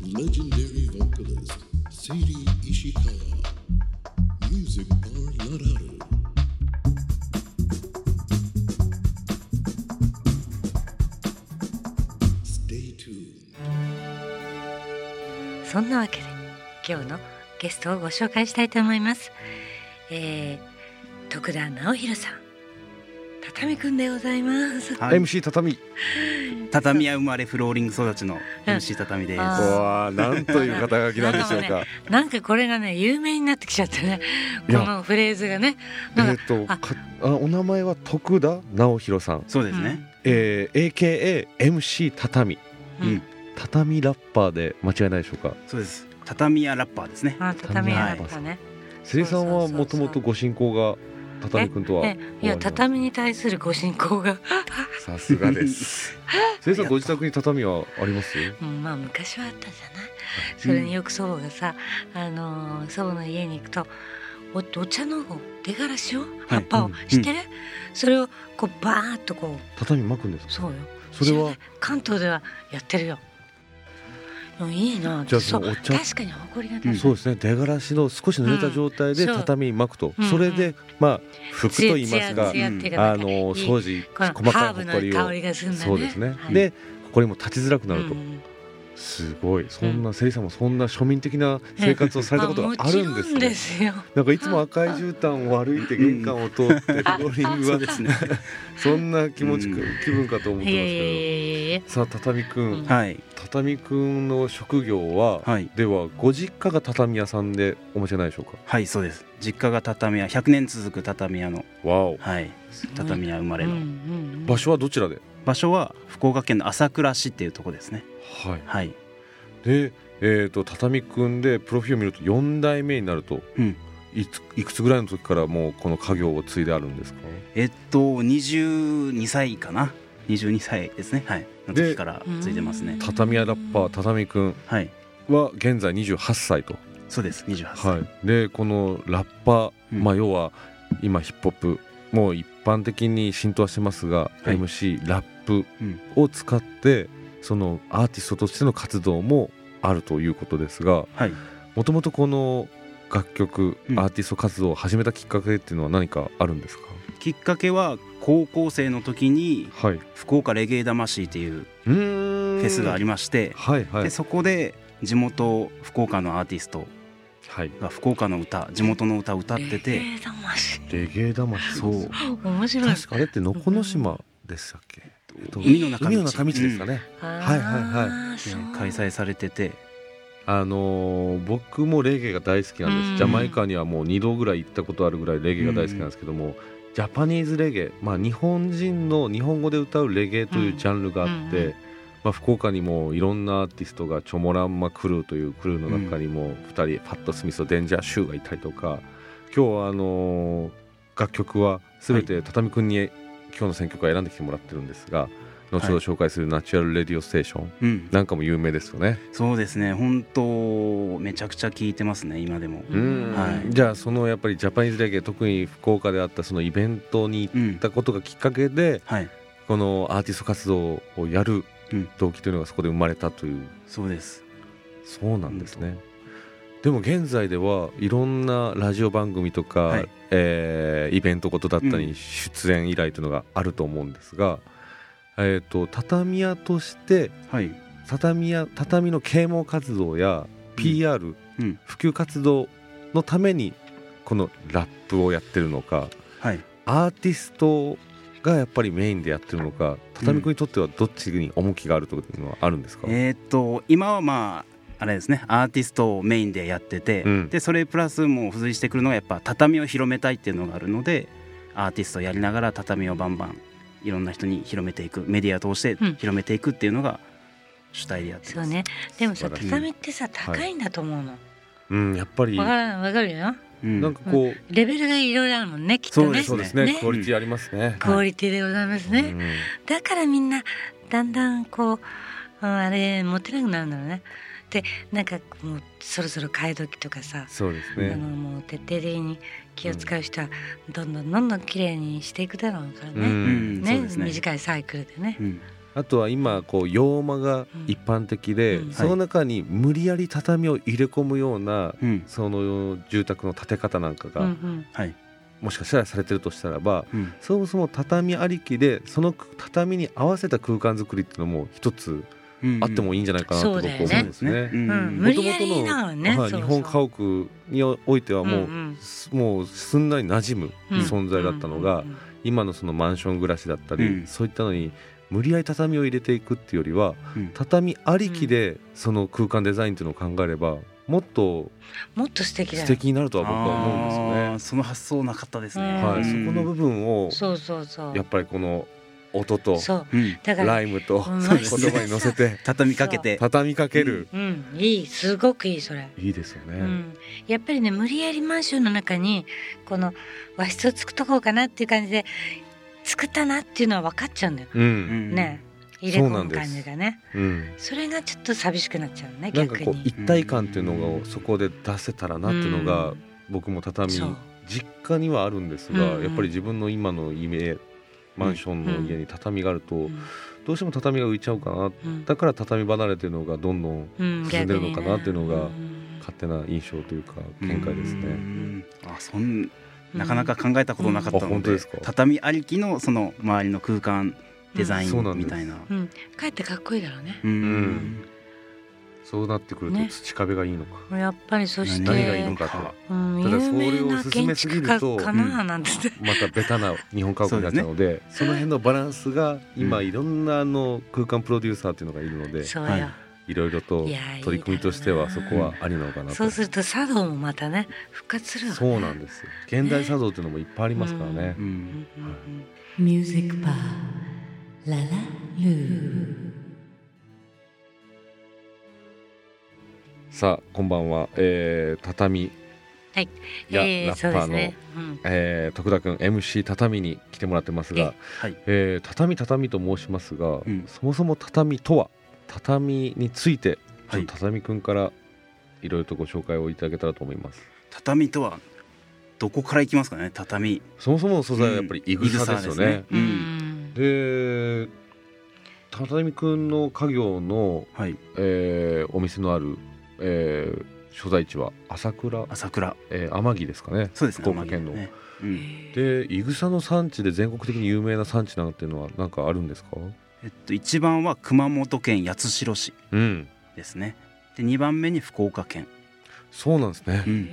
legendary vocalist Sadie Ishikawa. Music Bar Lararu. Stay tuned. そんなわけで今日のゲストをご紹介したいと思います、えー、徳田直弘さん畳くんでございますはい MC 畳畳屋生まれフローリング育ちの MC 畳です。あうわあなんという肩書きなんでしょうかなんかこれがね有名になってきちゃったねこいやのフレーズがねえなんっかとあかあお名前は徳田直弘さん、そうですね。えー、AKAMC 畳うんうん畳ラッパーで間違いないでしょうかそうです。畳屋ラッパーですね。あ畳屋だったね瀬井さんはもともとご親交が畳くんとはえいや畳に対するご信仰が、さす がです瀬井さんご自宅に畳はありますうん、まあ昔はあったじゃないそれによく祖母がさ、あのー祖母の家に行くとおお茶の出がらしを葉っぱを、うん知ってる、それをこうバーッとこ畳巻くんですうかそうよそれ知らなはい関東ではやってるよでもいいなじゃあそそうのお茶確かに埃が出る、んそうですね出がらしの少し濡れた状態でうんそう畳巻くと、うんうんそれでまあ服とツヤ言いますツがヤツヤっていうかあなのんかいい掃除この細かハいーブほこりのを香りがするんだねそうですね、はいでこれも立ちづらくなると、うんすごいそんなセリさんもそんな庶民的な生活をされたことがあるまあんですもちろんねですよなんかいつも赤い絨毯を歩いて玄関を通ってフローリングそはうですね。そんな気持ちうんく気分かと思ってますいやいやけいやいやいやどさあ畳くうんんはい。畳くんの職業は、はいではご実家が畳屋さんでお持ちじゃないでしょうかはい、そうです。実家が畳屋、100年続く畳屋の、わおはい、畳屋生まれうんうの。んうん場所はどちらで場所は福岡県の朝倉市っていうとこですね。はいはい。で、えー、と畳くんでプロフィールを見ると4代目になるとうん。いついくつぐらいの時からもうこの家業を継いであるんですかえっと、22歳かな。22歳ですね。はい。の時からついてますねで。畳屋ラッパー畳くんはい。は現在28歳と、そうです。28歳。はい、でこのラッパー、うんまあ、要は今ヒップホップもう一般的に浸透はしてますが、はい MC ラップを使ってそのアーティストとしての活動もあるということですがはい。もともとこの楽曲、うんアーティスト活動を始めたきっかけっていうのは何かあるんですかきっかけは、高校生の時に、はい。福岡レゲエ魂っていうフフェェスがありまして、はいはいでそこで地元福岡のアーティストはい。が福岡の歌地元の歌を歌ってて、霊魂レゲエ魂。そう面白い確かあれって能古島でしたっけ？えっと海の中道海の中道ですかね。はいはいはいうん開催されててあのー僕もレゲエが大好きなんでうんす。ジャマイカにはもう二度ぐらい行ったことあるぐらいレゲエが大好きなんですけども。ジャパニーズレゲエ、まあ、日本人の日本語で歌うレゲエというジャンルがあって、うんうんまあ、福岡にもいろんなアーティストがチョモランマクルーというクルーの中にも2人、ファット・スミスとデンジャー・シューがいたりとか今日はあのー楽曲は全て畳くんに今日の選曲は選んできてもらってるんですが後ほど紹介する「ナチュラル・レディオ・ステーションうん」なんかも有名ですよね。そうですね本当めちゃくちゃ聴いてますね今でもううんんはいじゃあそのやっぱりジャパニーズレゲエ特に福岡であったそのイベントに行うっんたことがきっかけではいこのアーティスト活動をやるうん動機というのがそこで生まれたというそうですそうなんですね。でも現在ではいろんなラジオ番組とか、はいえーイベントことだったうんり出演依頼というのがあると思うんですが、えー、と畳屋としてはい畳屋畳の啓蒙活動や PR、うん普及活動のためにこのラップをやってるのかはいアーティストがやっぱりメインでやってるのか畳君にとってはどっちに重きがあるというのはあるんですか、えーっと今はまああれですねアーティストをメインでやってて、うんでそれプラスもう付随してくるのがやっぱ畳を広めたいっていうのがあるのでアーティストをやりながら畳をバンバンいろんな人に広めていくメディアを通してうん広めていくっていうのが主体でやってそまうす、ねでもさ素晴らしい畳ってさ高いんだと思うのわ、うん、やっぱりかならわかるようんんかこう、レベルがいろいろあるもんねきっとねそうですねねクオリティありますね。クオリティでございますね、うんだからみんなだんだんこううんあれ持てなくなるんだろうねでなんかもうそろそろ替え時とかさ、そうですあのね。もう徹底的に気を使う人はどんどんどんどん綺麗にしていくだろうからね,、ううんんそうですね短いサイクルでねうんあとは今こう洋間が一般的で、うんうんその中に無理やり畳を入れ込むようなうんその住宅の建て方なんかうんうがんはいもしかしたらされてるとしたらばうんそもそも畳ありきでその畳に合わせた空間作りっていうのも一つあってもいいいいんじゃないかなと僕は思うそうんだよねですね。うんうん無元理やり々なののねはいそうそう日本家屋においてはんもう,、んもうすんなり馴染むうん存在だったのが、うんうん今のそのマンション暮らしだったり、うんそういったのに無理やり畳を入れていくっていうよりはうん畳ありきでその空間デザインっていうのを考えればもっともっと素敵だ素よ敵になるとは僕は思うんですよあーね。その発想なかったですね、ーはい、そこの部分をそうそうそうやっぱりこの音とそう分、うんだからライムとうん言葉に乗せ て畳みかけて畳みかける、うんいいすごくいいそれいいですよね。うん、やっぱりね無理やりマンションの中にこの和室を作っとこうかなっていう感じで作ったなっていうのは分かっちゃうんだようんうんね入れそう込なんむです感じがねうんそれがちょっと寂しくなっちゃうねなんか逆こうに。一体感っていうのがそこで出せたらなっていうのがうん僕も畳そう実家にはあるんですがうんやっぱり自分の今の家マンションの家に畳があるうとんどうしても畳が浮いちゃうかなうんだから畳離れてるのがどんどんうん進んでるのかなっていうのが逆にね勝手な印象というか見解ですうね。んあそんうんなかなか考えたことなかったうんあの本当で,、ですか畳ありきのその周りの空間デザイそうなンんでみすたいな。うん、かえってかっこいいだろうねう。んそうなってくるとね土壁がいいのかやっぱりそして、何がいいのかとうん、ただ有名なそれを進建めすぎ築る家とかななんて、ってまたベタな日本家屋になっちゃうのでその辺のバランスが今いろんなあの空間プロデューサーっていうのがいるの で。そうよ、はいいろいろといやー取り組みとしてはいいそだろうなこはありなのかなとそうすると茶道もまたね復活するわねそうなんですよ現代茶道っていうのもいっぱいありますからねう、んうんうんうん Music Bar La La Lu さあこんばんは、えー、畳、はいや、えラそッうパでーすの、ねうんえー徳田君 MC 畳に来てもらってますが、はいえー畳畳と申しますが、んそもそも畳とは畳について、はいちょっと畳君からいろいろとご紹介をいただけたらと思います畳とはどこからいきますかね畳そもそもの素材はやっぱりいぐさですよね、うんうんで畳くんの家業の、はいえーお店のある、えー所在地は朝倉、朝倉えー天城ですかねそうですね福岡県の天城ねうんでいぐさの産地で全国的に有名な産地なんていうのは何かあるんですかえっと一番は熊本県八代市うんですねで二番目に福岡県、そうなんですね、うん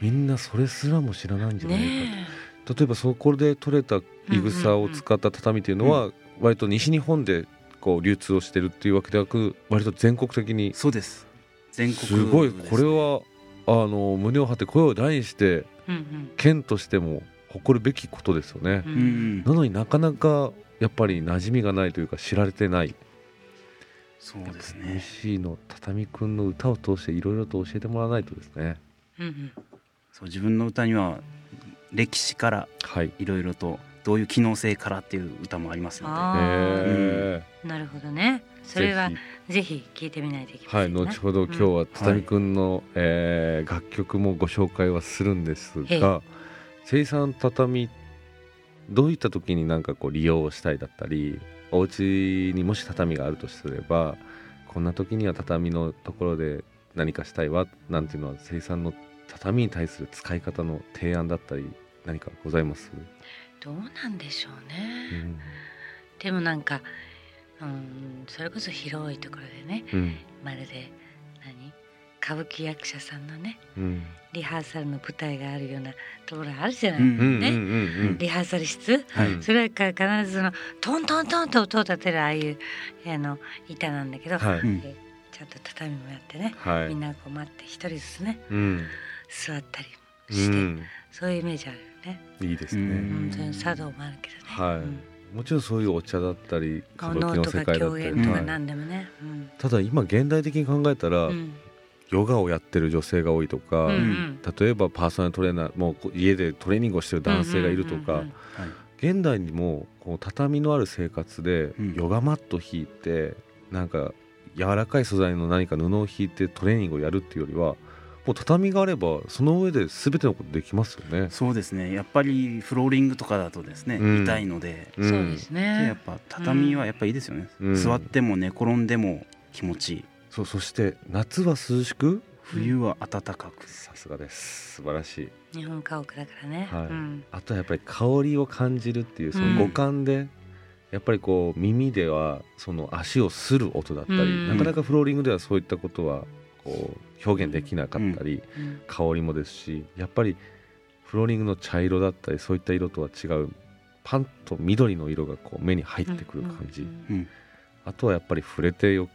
みんなそれすらも知らないんじゃないか、ね例えばそこで取れたいぐさを使った畳っていうのは、割と西日本でこう流通をしてるっていうわけではなく割と全国的にそうです全国すごいですねこれはあの胸を張って声を大にしてえうん県としても誇るべきことですよねう、うんんなのになかなかやっぱり馴染みがないというか知られてないそうですね MC の畳くんの歌を通していろいろと教えてもらわないとですねうんうんそう自分の歌には歴史からはいいろいろとどういう機能性からっていう歌もありますのあーえなるほどねーそれはぜぜひ聞いてみないといけひまはせいんね後ほど今日は畳くんの、えー楽曲もご紹介はするんですええが生産畳どういった時になんかこう利用したいだったりお家にもし畳があるとすればこんな時には畳のところで何かしたいわなんていうのは生産の畳に対する使い方の提案だったり何かございます、どうなんでしょううねんでもなんかうんそれこそ広いところでねうんまるで何歌舞伎役者さんのねうんリハーサルの舞台があるようなところあるじゃない、うんうんねうんリハーサル室はいそれから必ずそのトントントンと音を立てるああいうあの板なんだけど、はいで、うんえちゃんと畳もやってねはみいん、なこう待って一人ずつねうん座ったりうして、ん、そういうイメージあるよね、いいですね、うんうん、そういう茶道もあるけどね、はいうん、もちろんそういうお茶だったり歌舞能伎のと世か界だっ狂たり、言とはかい何でもね、うんただ今現代的に考えたら、うんヨガをやってる女性が多いとか、うんうん例えばパーソナルトレーナーもうこう家でトレーニングをしてる男性がいるとか、うんうんうんはい現代にもこう畳のある生活でうんヨガマット引いて、なんか柔らかい素材の何か布を引いてトレーニングをやるっていうよりはもう畳があればその上で全てのことできますよね。そうですねやっぱりフローリングとかだとですね、うん痛いのでんそうですでやね。っぱ畳はやっぱいいですよね、うん座っても寝転んでも気持ちいいそうそして夏は涼しく冬は暖かくさすがです素晴らしい日本家屋だからね。はいうんあとはやっぱり香りを感じるっていうそうんの五感で、やっぱりこう耳ではその足をする音だったり、うんなかなかフローリングではそういったことはこう表現できなかったり、うん香りもですしやっぱりフローリングの茶色だったりそういった色とは違うパンと緑の色がこう目に入ってくる感じ、うんうんあとはやっぱり触れてよ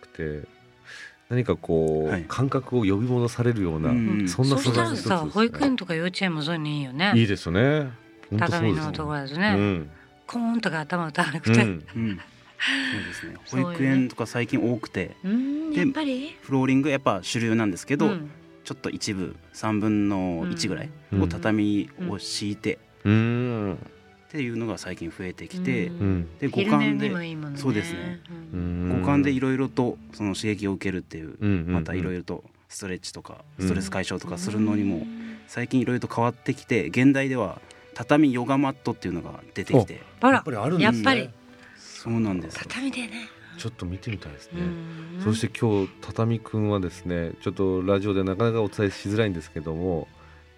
くて何かこう、はい感覚を呼び戻されるような、うんそんなそ素した材のら一つです、さね、保育園とか幼稚園もそういうのいいよねいいですよね本当そう畳ですのところですうね、んコーンとか頭打たなうくて、ん、うんそうですねそうよ保ね育園とか最近多くて、うん、やっぱりフローリングやっぱ主流なんですけど、うんちょっと一部3分の1ぐらいうんを畳を敷いてうんっていうのが最近増えてきて、うんうんで五昼寝感にでもいいものねそうですねうん五感でいろいろとその刺激を受けるっていう、うんうんうんまたいろいろとストレッチとかうんストレス解消とかするのにも最近いろいろと変わってきて現代では畳ヨガマットっていうのが出てきてほやらっぱりあるんでやすっねぱりそうなんですよ畳でねちょっと見てみたいですね、うんそして今日畳くんはですねちょっとラジオでなかなかお伝えしづらいんですけども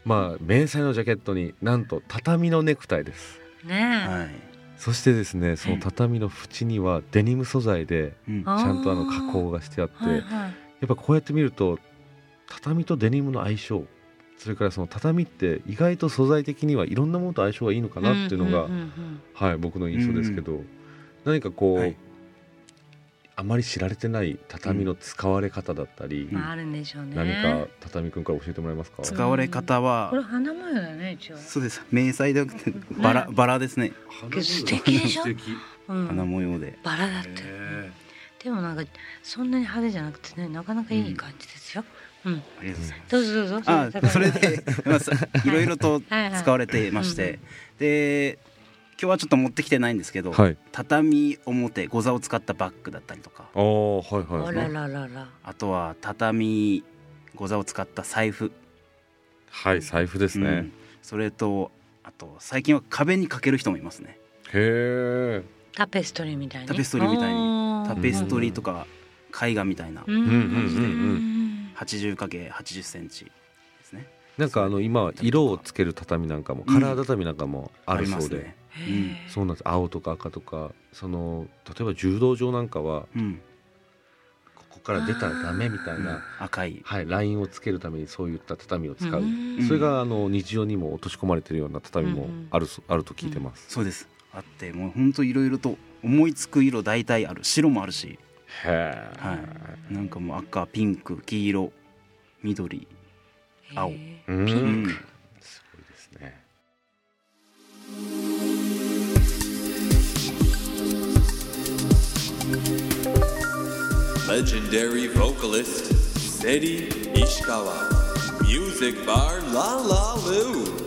まあ迷彩のジャケットになんと畳のネクタイですねはい、そしてですねその畳の縁にはデニム素材でうんあちゃんとあのあー加工がしてあってえはいはいやっぱこうやって見ると畳とデニムの相性それからその畳って意外と素材的にはいろんなものと相性がいいのかなっていうのが、んんうんはい、僕の印象ですけど、何かこう、はいあまり知られてない畳の使われ方だったり、うんまああるんでしょうね何か畳くんから教えてもらえますか。使われ方はこれ花模様だよね一応そうです迷彩ではなくてバラバラですね素敵でしょ素敵うん花模様でバラだってでもなんかそんなに派手じゃなくてねなかなかいい感じですようんありがとうございますどうぞどうぞあ畳それで、まあさ、いろいろと使われていましはいはいてで今日はちょっと持ってきてないんですけど、はい。畳表ござを使ったバッグだったりとかああはいあはい。ららららあとは畳ござを使った財布はい財布でですね。それとあと最近は壁にかける人もいますねへえ。タペストリーみたいにタペストリーみたいににタペストリーとか絵画みたいなうんうんうんうんう 80×80 センチですねなんかあの今色をつける畳なんかも、うんカラー畳なんかもあるりまそうすで、ねへーそうなんです青とか赤とかその例えば柔道場なんかはうん、ここから出たらダメみたいな、赤いはい、ラインをつけるためにそういった畳を使う、んそれがあの日常にも落とし込まれてるような畳もある,、あると聞いてます、そうですあってもうほんといろいろと思いつく色大体ある白もあるしへえ、はなんかもう赤ピンク黄色緑青へーうんピンクすごいですね legendary vocalist Seri Ishikawa. Music bar La La Lu.